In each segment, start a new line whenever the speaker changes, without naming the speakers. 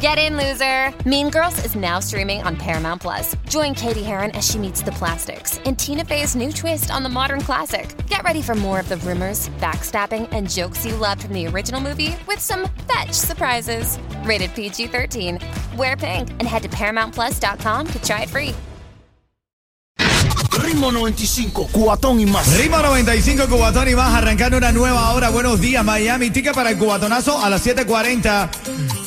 Get in, loser! Mean Girls is now streaming on Paramount Plus. Join Katie Heron as she meets the plastics and Tina Fey's new twist on the modern classic. Get ready for more of the rumors, backstabbing, and jokes you loved from the original movie with some fetch surprises. Rated PG 13. Wear pink and head to ParamountPlus.com to try it free.
Ritmo 95, cuatón y más.
Ritmo 95, Cubatón y más, arrancando una nueva hora. Buenos días, Miami. Tica para el Cubatonazo a las 7.40.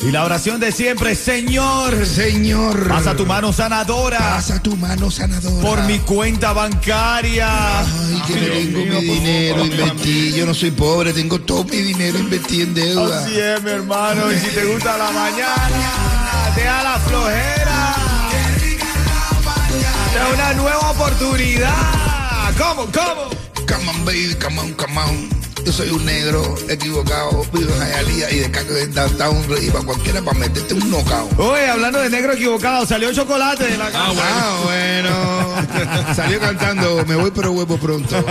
Y la oración de siempre, Señor,
Señor,
pasa tu mano sanadora
pasa tu mano sanadora.
por mi cuenta bancaria.
Ay, que me tengo mi dinero, invertí. Yo no soy pobre, tengo todo mi dinero, invertí en deuda.
Así es, mi hermano. Y si te gusta la mañana, deja la flojera. Es una nueva oportunidad. ¿Cómo, cómo?
Come on, baby, come on, come on. Yo soy un negro equivocado, vivo en Hialeah y descargo en downtown y para cualquiera para meterte un knockout.
Oye, hablando de negro equivocado, salió chocolate de la casa.
Ah, bueno. Salió cantando, me voy pero vuelvo pronto.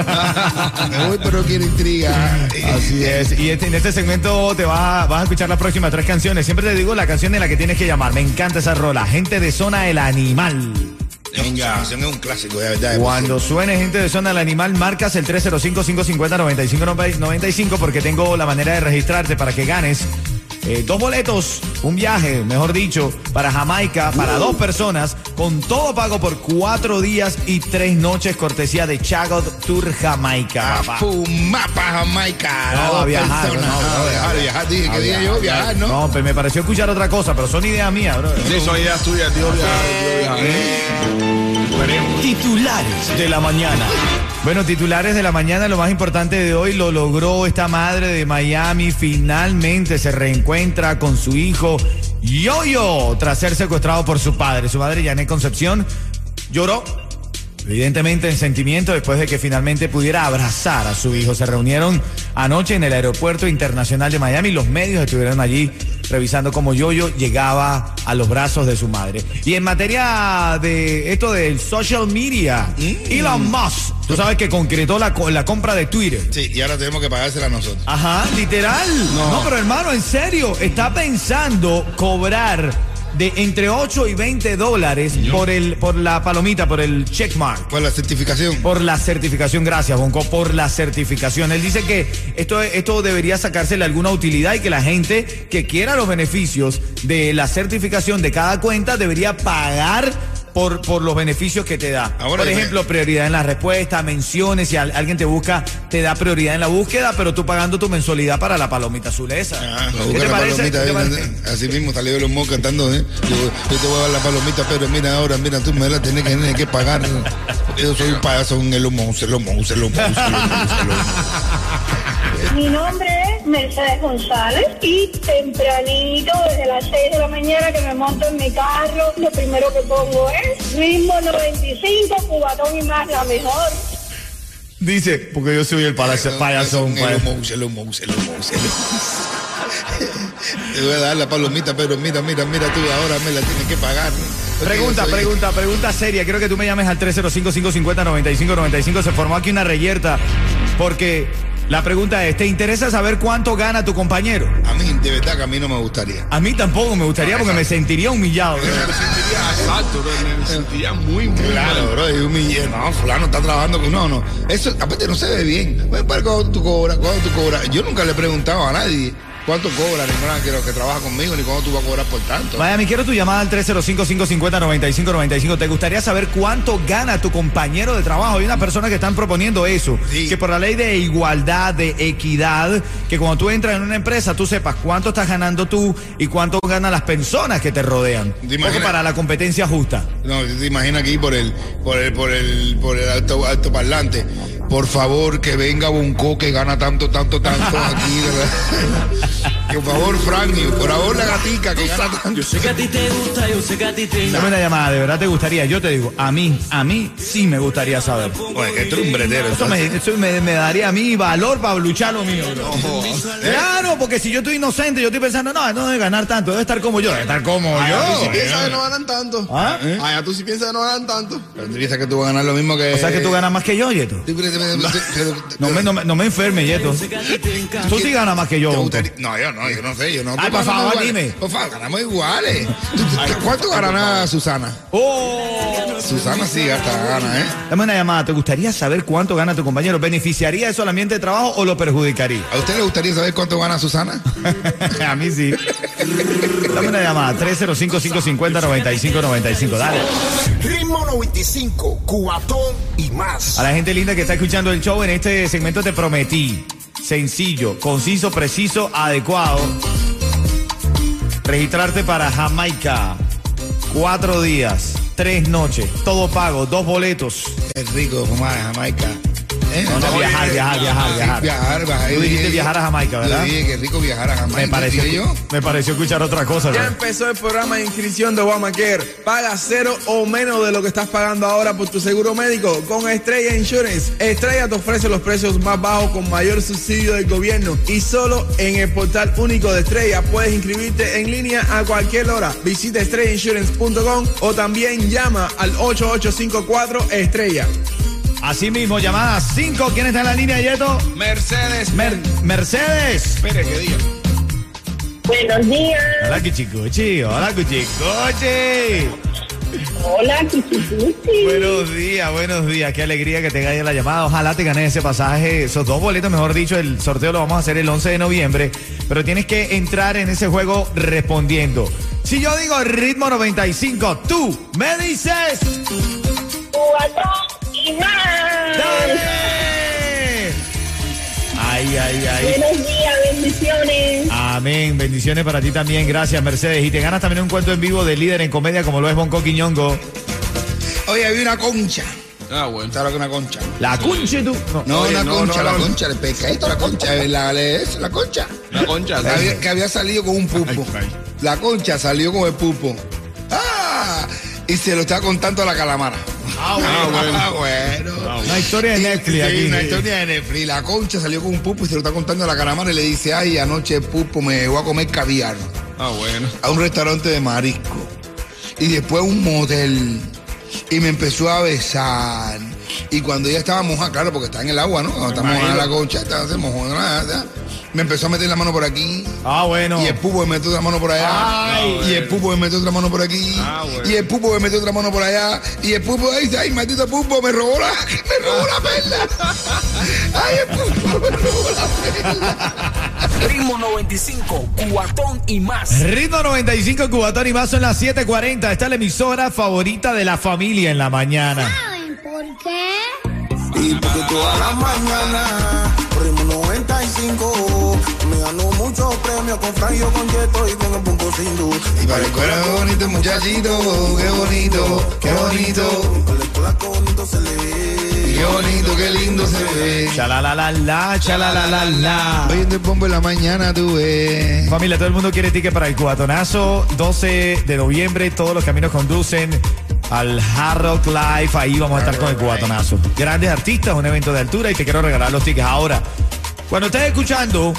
Me voy pero quiero intriga.
Así es, y este- en este segmento te vas a, vas a escuchar las próximas tres canciones. Siempre te digo la canción en la que tienes que llamar. Me encanta esa rola. Gente de zona el animal.
Venga. Esa canción es un clásico, de verdad.
Cuando suene gente de zona el animal, marcas el 305-550-9595 porque tengo la manera de registrarte para que ganes. eh, dos boletos, un viaje, mejor dicho, para Jamaica,
Uh.
para dos personas, con todo pago por cuatro días y tres noches, cortesía de Chagot Tour Jamaica.
A
papá.
fumar para Jamaica.
No,
las dos
a viajar,
personas.
no,
Ah,
no,
viajar, viajar. Dije que dije yo viajar, ¿no?
No, pues me pareció escuchar otra cosa, pero son ideas mías, bro.
Sí, son ideas tuyas, tío. viajar, tío, viajar. Veremos.
Titulares de la mañana.
Bueno, titulares de la mañana, lo más importante de hoy lo logró esta madre de Miami. Finalmente se reencuentra con su hijo Yoyo tras ser secuestrado por su padre. Su madre, Janet Concepción, lloró. Evidentemente en sentimiento después de que finalmente pudiera abrazar a su hijo. Se reunieron anoche en el Aeropuerto Internacional de Miami. Los medios estuvieron allí revisando cómo Yoyo llegaba a los brazos de su madre. Y en materia de esto del social media, Elon Musk, tú sabes que concretó la, co- la compra de Twitter.
Sí, y ahora tenemos que pagársela nosotros.
Ajá, literal. No. pero hermano, en serio, está pensando cobrar de entre 8 y 20 dólares por, el, por la palomita, por el checkmark.
¿Cuál es la certificación?
Por la certificación, gracias, Bonco, por la certificación. Él dice que esto, esto debería sacársele alguna utilidad y que la gente que quiera los beneficios de la certificación de cada cuenta debería pagar. Por, por los beneficios que te da.
Ahora
por
dime.
ejemplo, prioridad en las respuestas, menciones. Si al- alguien te busca, te da prioridad en la búsqueda, pero tú pagando tu mensualidad para la palomita azul esa.
Ah,
¿Qué
busca
te
la
parece?
palomita,
¿Qué te
eh,
parece?
Así mismo salió los mocos cantando, ¿eh? Yo, yo te voy a dar la palomita, pero mira ahora, mira, tú me la tienes que, tienes que pagar. Yo soy un payaso, un elomo, un elomo, un elomo, un
Mi nombre es Mercedes González y tempranito, desde las 6 de la mañana que me monto en mi carro, lo primero que pongo es ritmo 95, cubatón y más, la mejor.
Dice, porque yo soy el
Eh,
palacio- payasón. pues.
Un
payasón.
elomo, un elomo, un elomo, un elomo. Te voy a dar la palomita, pero mira, mira, mira, tú ahora me la tienes que pagar. Porque
Pregunta,
yo soy-
pregunta, pregunta seria. Quiero que tú me llames al 305-550-9595. Se formó aquí una reyerta porque la pregunta es, ¿te interesa saber cuánto gana tu compañero?
A mí, de verdad, que a mí no me gustaría.
A mí tampoco me gustaría porque me sentiría humillado.
Me sentiría exacto, bro, me sentiría muy, muy
Claro,
mal.
bro, y humillé. No, fulano está trabajando con. No, no. Eso, aparte, no se ve bien. Ven para cuánto tú cobras, cuánto tú cobras. Yo nunca le he preguntado a nadie cuánto cobra ninguna que los que trabaja conmigo, ni cuánto tú vas a cobrar por tanto.
Miami, quiero tu llamada al 305-550-9595. ¿Te gustaría saber cuánto gana tu compañero de trabajo? Hay unas personas que están proponiendo eso.
Sí.
Que por la ley de igualdad, de equidad, que cuando tú entras en una empresa, tú sepas cuánto estás ganando tú y cuánto ganan las personas que te rodean.
¿Te
Un
imaginas?
poco para la competencia justa.
No, te imaginas aquí por el, por el, por el, por el alto, altoparlante. Por favor, que venga Bonco que gana tanto, tanto, tanto aquí. ¿verdad? Que, por favor, Frank, y por favor, la gatica que gana tanto.
Yo sé que a ti te gusta, yo sé que a ti te
Dame una llamada, de verdad te gustaría. Yo te digo, a mí, a mí sí me gustaría saber.
Oye, que tú eres un bretero.
Eso me, eso me- me daría a mí valor para luchar lo mío. bro.
¿eh?
Claro, porque si yo estoy inocente, yo estoy pensando, no, no debe ganar tanto, debe estar como yo, debe estar como
Allá tú sí
yo.
piensas que no ganan tanto.
¿Ah?
Allá tú sí piensas que no ganan tanto.
¿Eh? Pero tú piensas que tú vas a ganar lo mismo que.
O sea que tú ganas más que yo, Yeto. No me, no me, no me enferme, Yeto. Tú sí ganas más que yo.
¿Te
Bonco.
gustaría- No, yo no, yo no sé, yo no.
Ay,
Tú
por
ganamos
favor,
iguales.
dime.
Por favor, ganamos iguales. Tú- tú- ¿Cuánto ganará Susana?
Oh.
Susana sí gasta, gana, ¿eh?
Dame una llamada. ¿Te gustaría saber cuánto gana tu compañero? ¿Beneficiaría eso al ambiente de trabajo o lo perjudicaría?
¿A usted le gustaría saber cuánto gana Susana?
a mí sí. Dame una llamada. 305-550-9595. Dale.
Ritmo 95, Cubatón y más.
A la gente linda que está escuchando el show, en este segmento te prometí. Sencillo, conciso, preciso, adecuado. Registrarte para Jamaica. Cuatro días, tres noches, todo pago, dos boletos.
Es rico fumar en Jamaica. ¿Eh?
No, no, viajar, viajar, viajar, viajar.
Viajar, viajar.
Tú
Yo
dijiste
dije-
viajar a Jamaica, ¿verdad?
Yo dije que rico viajar a Jamaica.
Me pareció,
dije yo.
me pareció escuchar otra cosa.
Ya
¿verdad?
empezó el programa de inscripción de Obamacare. Paga cero o menos de lo que estás pagando ahora por tu seguro médico con Estrella Insurance. Estrella te ofrece los precios más bajos con mayor subsidio del gobierno y solo en el portal único de Estrella puedes inscribirte en línea a cualquier hora. Visita estrellainsurance.com o también llama al 8854 Estrella.
Así mismo, llamada 5. ¿Quién está en la línea, Yeto?
Mercedes.
Mer- Mercedes.
Pérez, que diga.
Buenos días.
Hola, Cuchicuchi. Hola, Cuchicuchi.
Hola, Kikipuchi.
Buenos días, buenos días. Qué alegría que te haya la llamada. Ojalá te ganes ese pasaje, esos dos boletos, mejor dicho. El sorteo lo vamos a hacer el 11 de noviembre. Pero tienes que entrar en ese juego respondiendo. Si yo digo ritmo 95, tú me dices.
Cubatón y más.
¡Dale! Ay, ay, ay.
Buenos días, bendiciones.
Amén. Bendiciones para ti también. Gracias, Mercedes. Y te ganas también un cuento en vivo de líder en comedia como lo es Bonco Quiñongo.
Oye, había una concha.
Ah, bueno.
¿Sabes lo que es una concha?
La cunche tú. No.
No,
Oye,
una
no,
concha,
no,
la
no.
concha, el pescadito, la concha, eh, la, la- eso, la concha.
La concha.
Que había, que había salido con un pulpo.
Ay, ay.
La concha salió con el pulpo. ¡Ah! Y se lo está contando a la calamara. Ah,
bueno.
Ah, bueno.
Una historia de
Sí,
Netflix
sí,
aquí.
una historia de Netflix. La concha salió con un pulpo y se lo está contando a la calamara y le dice, ay, anoche el pulpo me voy a comer caviar
Ah, bueno.
a un restaurante de marisco y después a un motel y me empezó a besar y cuando ya estaba mojada, claro, porque está en el agua, ¿no? Cuando está mojada la concha, está, se mojó, nada, nada. me empezó a meter la mano por aquí
Ah, bueno.
y el pupo me metió otra mano por allá
Ay.
y el pupo me metió otra mano por aquí
Ah, bueno.
y el pupo me metió otra mano por allá y el pupo ahí dice, ay, maldito pupo, me robó la, me robó la perla. Ay, el pupo me robó la perla.
Ritmo 95, Cubatón y más.
Ritmo 95 Cubatón y más son las 7:40. Esta es la emisora favorita de la familia en la mañana.
¿Por qué?
Y porque todas las mañanas, Ritmo 95, me ganó muchos premios con Franjo, con Yeto y con el Punto Sindú.
Y para el corazón bonito, muchachito, qué bonito, qué bonito.
Con la escuela con bonito se le ve.
Qué bonito, qué lindo se ve.
Chalalalala, chalalalala.
Hoy en el pombo en la mañana tuve.
Familia, todo el mundo quiere ticket para el cubatonazo. 12 de noviembre, todos los caminos conducen al Hard Rock Live. Ahí vamos a estar con el cubatonazo. Grandes artistas, un evento de altura y te quiero regalar los tickets. Ahora, cuando estés escuchando,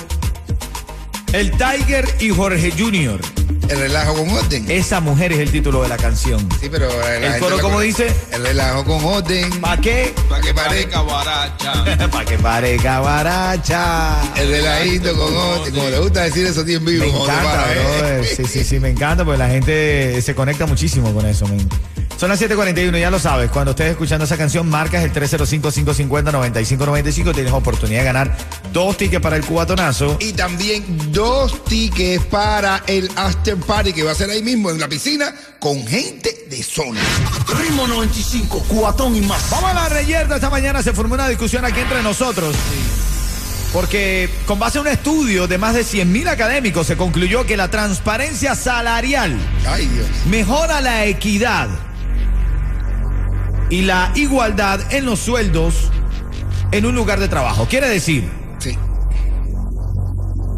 el Tiger y Jorge Junior.
El relajo con orden.
Esa mujer es el título de la canción.
Sí, pero la gente
coro
lo
cómo
conoce.
dice?
El relajo con orden.
¿Para qué?
Para que
Pareca
parezca.
guaracha.
Para que parezca baracha.
El relajito con orden. Como le gusta decir eso a ti en vivo.
Me
como te
encanta,
para, ¿eh?
brother. Sí, sí, sí, me encanta porque la gente se conecta muchísimo con eso. men. Son las 7:41, ya lo sabes. Cuando estés escuchando esa canción, marcas el 305-550-9595. Tienes oportunidad de ganar dos tickets para el cubatonazo.
Y también dos tickets para el after party que va a ser ahí mismo en la piscina con gente de zona.
Ritmo 95, Cubatón y más.
Vamos a la reyerta. Esta mañana se formó una discusión aquí entre nosotros. Porque con base a un estudio de más de 100.000 académicos se concluyó que la transparencia salarial
Ay, Dios.
mejora la equidad y la igualdad en los sueldos en un lugar de trabajo. Quiere decir
Sí.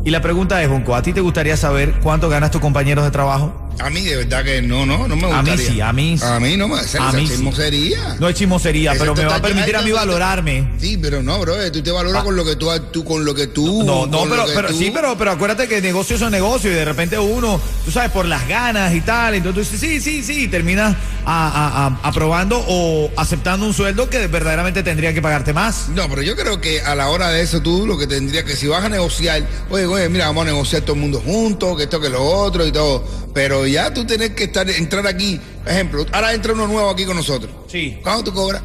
Y la pregunta es, Junco, ¿a ti te gustaría saber cuánto ganas tus compañeros de trabajo?
A mí de verdad que no, no, no me
A
gustaría.
mí sí, a mí sí.
A mí no me
A
gustaría.
mí sí.
chismosería.
No es chismosería,
Eso
pero me
está-
va a permitir a mí
Ay, no, no, no.
valorarme. Ah.
Sí, pero no, bro, eh, tú te valoras con lo que tú, tú- con lo que tú.
No, no,
con lo
pero,
que
pero
tú-
sí, pero, pero acuérdate que negocios son negocios y de repente uno, tú sabes, por las ganas y tal, entonces tú dices, sí, sí, sí, y terminas a- a- a- aprobando o aceptando un sueldo que verdaderamente tendría que pagarte más.
No, pero yo creo que a la hora de eso tú lo que tendrías que, si vas a negociar, oye, oye, mira, vamos a negociar todo el mundo juntos, que esto, que lo otro y todo. Pero ya tú tienes que estar, entrar aquí. Por ejemplo, ahora entra uno nuevo aquí con nosotros.
Sí.
¿Cuánto tú cobras?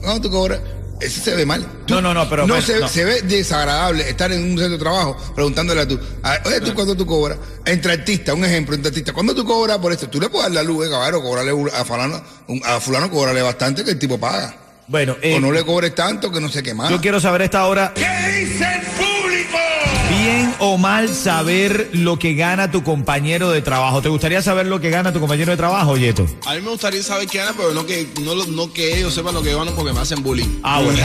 ¿Cuánto tú cobras? Eso se ve mal. Tú-
No, no, no, pero
No,
bueno,
se,
no.
se ve desagradable estar en un centro de trabajo preguntándole a tú, a- oye, ¿tú cuánto tú cobras? Entre artistas, un ejemplo, entre artistas, ¿cuánto tú cobras por esto? Tú le puedes dar la luz, eh, caballero, cobrarle a fulano, a fulano cobrarle bastante que el tipo paga.
Bueno, eh,
o no le cobres tanto que no sé qué más.
yo quiero saber a esta hora,
Ah. ¿Qué dice el público?
bien o mal saber lo que gana tu compañero de trabajo. ¿Te gustaría saber lo que gana tu compañero de trabajo, Yeto?
A mí me gustaría saber qué gana, pero no que, no, lo- no que ellos sepan lo que ganan porque me hacen bullying.
Ah, bueno.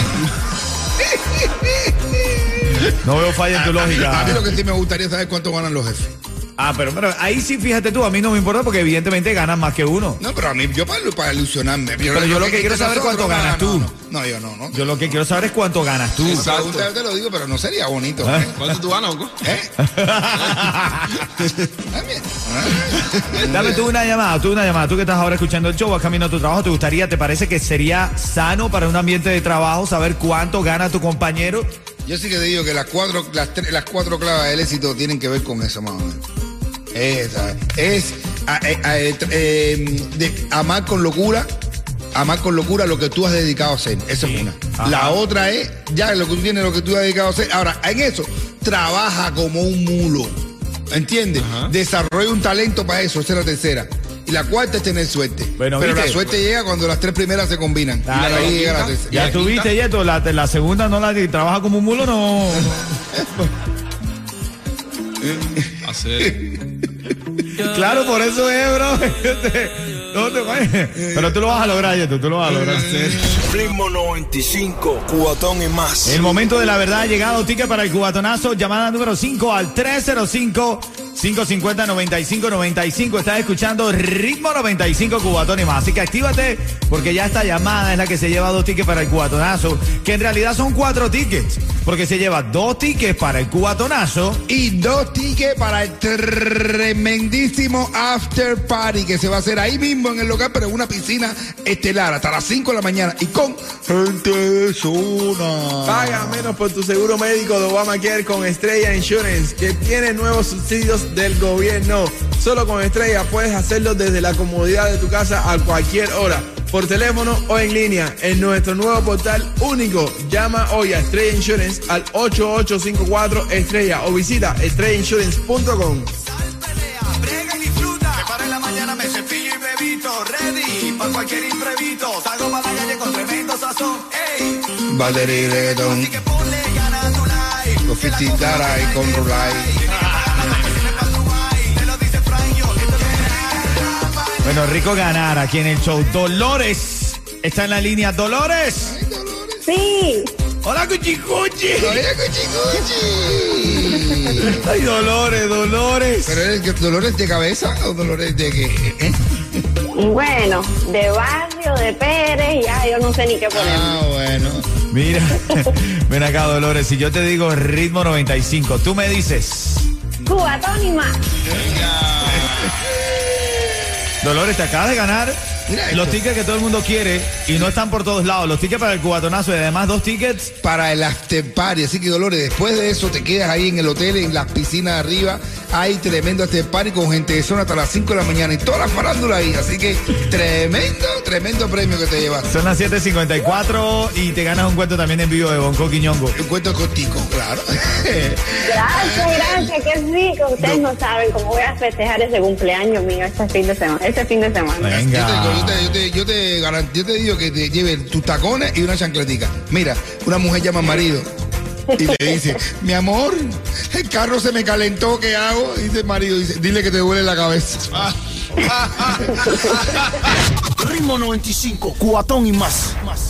No veo falla en
Ah,
tu
A mí lo
lógica.
que sí me gustaría saber es cuánto ganan los jefes.
Ah, pero, pero ahí sí, fíjate tú, a mí no me importa porque evidentemente ganan más que uno.
No, pero a mí, yo para, para ilusionarme.
Pero yo lo que quiero saber cuánto
nosotros,
ganas
no,
tú.
No, no, no, yo no, no.
Yo lo que quiero saber es cuánto ganas tú.
Esa pregunta yo te lo digo, pero no sería bonito. ¿eh?
¿Cuánto tú ganas, Oco?
¿Eh? Ah, bien.
Dame tú una llamada, tú una llamada, tú que estás ahora escuchando el show, vas camino a tu trabajo, ¿te gustaría, te parece que sería sano para un ambiente de trabajo saber cuánto gana tu compañero?
Yo sí que te digo que las cuatro, las, tres- las cuatro clavas del éxito tienen que ver con eso, más o menos. Esa, es a- a- a- eh, de- amar con locura, amar con locura lo que tú has dedicado a hacer. Esa es una.
Ajá.
La otra es, ya lo que tú tienes, lo que tú has dedicado a hacer. Ahora, en eso, trabaja como un mulo. ¿Entiendes? Desarrolla un talento para eso. Esa es la tercera. Y la cuarta es tener suerte.
Bueno,
Pero
¿viste?
la suerte llega cuando las tres primeras se combinan.
Claro.
Y ahí llega la tercera.
Ya
la
tuviste, Yeto, la, la segunda no la trabaja como un mulo, no.
Hacer.
Claro, por eso es, bro. No te vayas. Pero tú lo vas a lograr, Yeto, tú lo vas a lograr.
Primo 95, cubatón y más.
El momento de la verdad ha llegado, ticket para el cubatonazo, llamada número 5 al 305-550-9595. Estás escuchando Ritmo 95 Cubatón y más. Así que actívate, porque ya esta llamada es la que se lleva dos tickets para el cubatonazo, que en realidad son cuatro tickets, porque se lleva dos tickets para el cubatonazo.
y dos tickets para el tremendísimo after party que se va a hacer ahí mismo en el local, pero en una piscina estelar hasta las 5 de la mañana y con gente de zona.
Paga menos por tu seguro médico de Obamacare con Estrella Insurance, que tiene nuevos subsidios del gobierno. Solo con Estrella puedes hacerlo desde la comodidad de tu casa a cualquier hora, por teléfono o en línea, en nuestro nuevo portal único. Llama hoy a Estrella Insurance al 8854 Estrella o visita estrellainsurance.com.
Brega y disfruta. Me paro en la mañana, me cepillo y bebito. Ready, pa' cualquier imprevisto. Salgo para la calle con tremendo sazón. Ey,
Batería y reggaetón,
así que ponle ganas a tu life.
los fititara y con Rolai.
Bueno, rico ganar aquí en el show. Dolores está en la línea. Dolores.
Sí,
Hola, cuchicuchi.
Oye, cuchicuchi.
Ay, Dolores, Dolores.
¿Pero eres que- dolores de cabeza o dolores de qué? ¿Eh?
bueno, de barrio, de Pérez, ya yo no sé ni qué poner.
Ah, bueno.
Mira, ven acá, Dolores. Si yo te digo ritmo 95, tú me dices.
Cubatón y más.
Dolores, te acabas de ganar
Mira
los
esto.
tickets que todo el mundo quiere y no están por todos lados. Los tickets para el cubatonazo y además dos tickets.
para el after party. Así que Dolores, después de eso te quedas ahí en el hotel, en las piscinas de arriba. Hay tremendo after party con gente de zona hasta las 5 de la mañana y toda la farándula ahí. Así que tremendo, tremendo premio que te llevas.
Son las 7.54 y te ganas un cuento también en vivo de Bonco Quiñongo.
Encuentro contigo, claro.
Gracias, gracias, qué rico. Ustedes no. saben cómo voy a festejar ese cumpleaños mío este fin de semana. Este fin de semana.
Yo
Venga.
te, yo te- yo te garan- yo te digo que te lleves tus tacones y una chancletica. Mira, una mujer llama al marido y le dice, mi amor, el carro se me calentó, ¿qué hago? Y dice el marido, dice, dile que te duele la cabeza.
Primo 95, cubatón y más. más.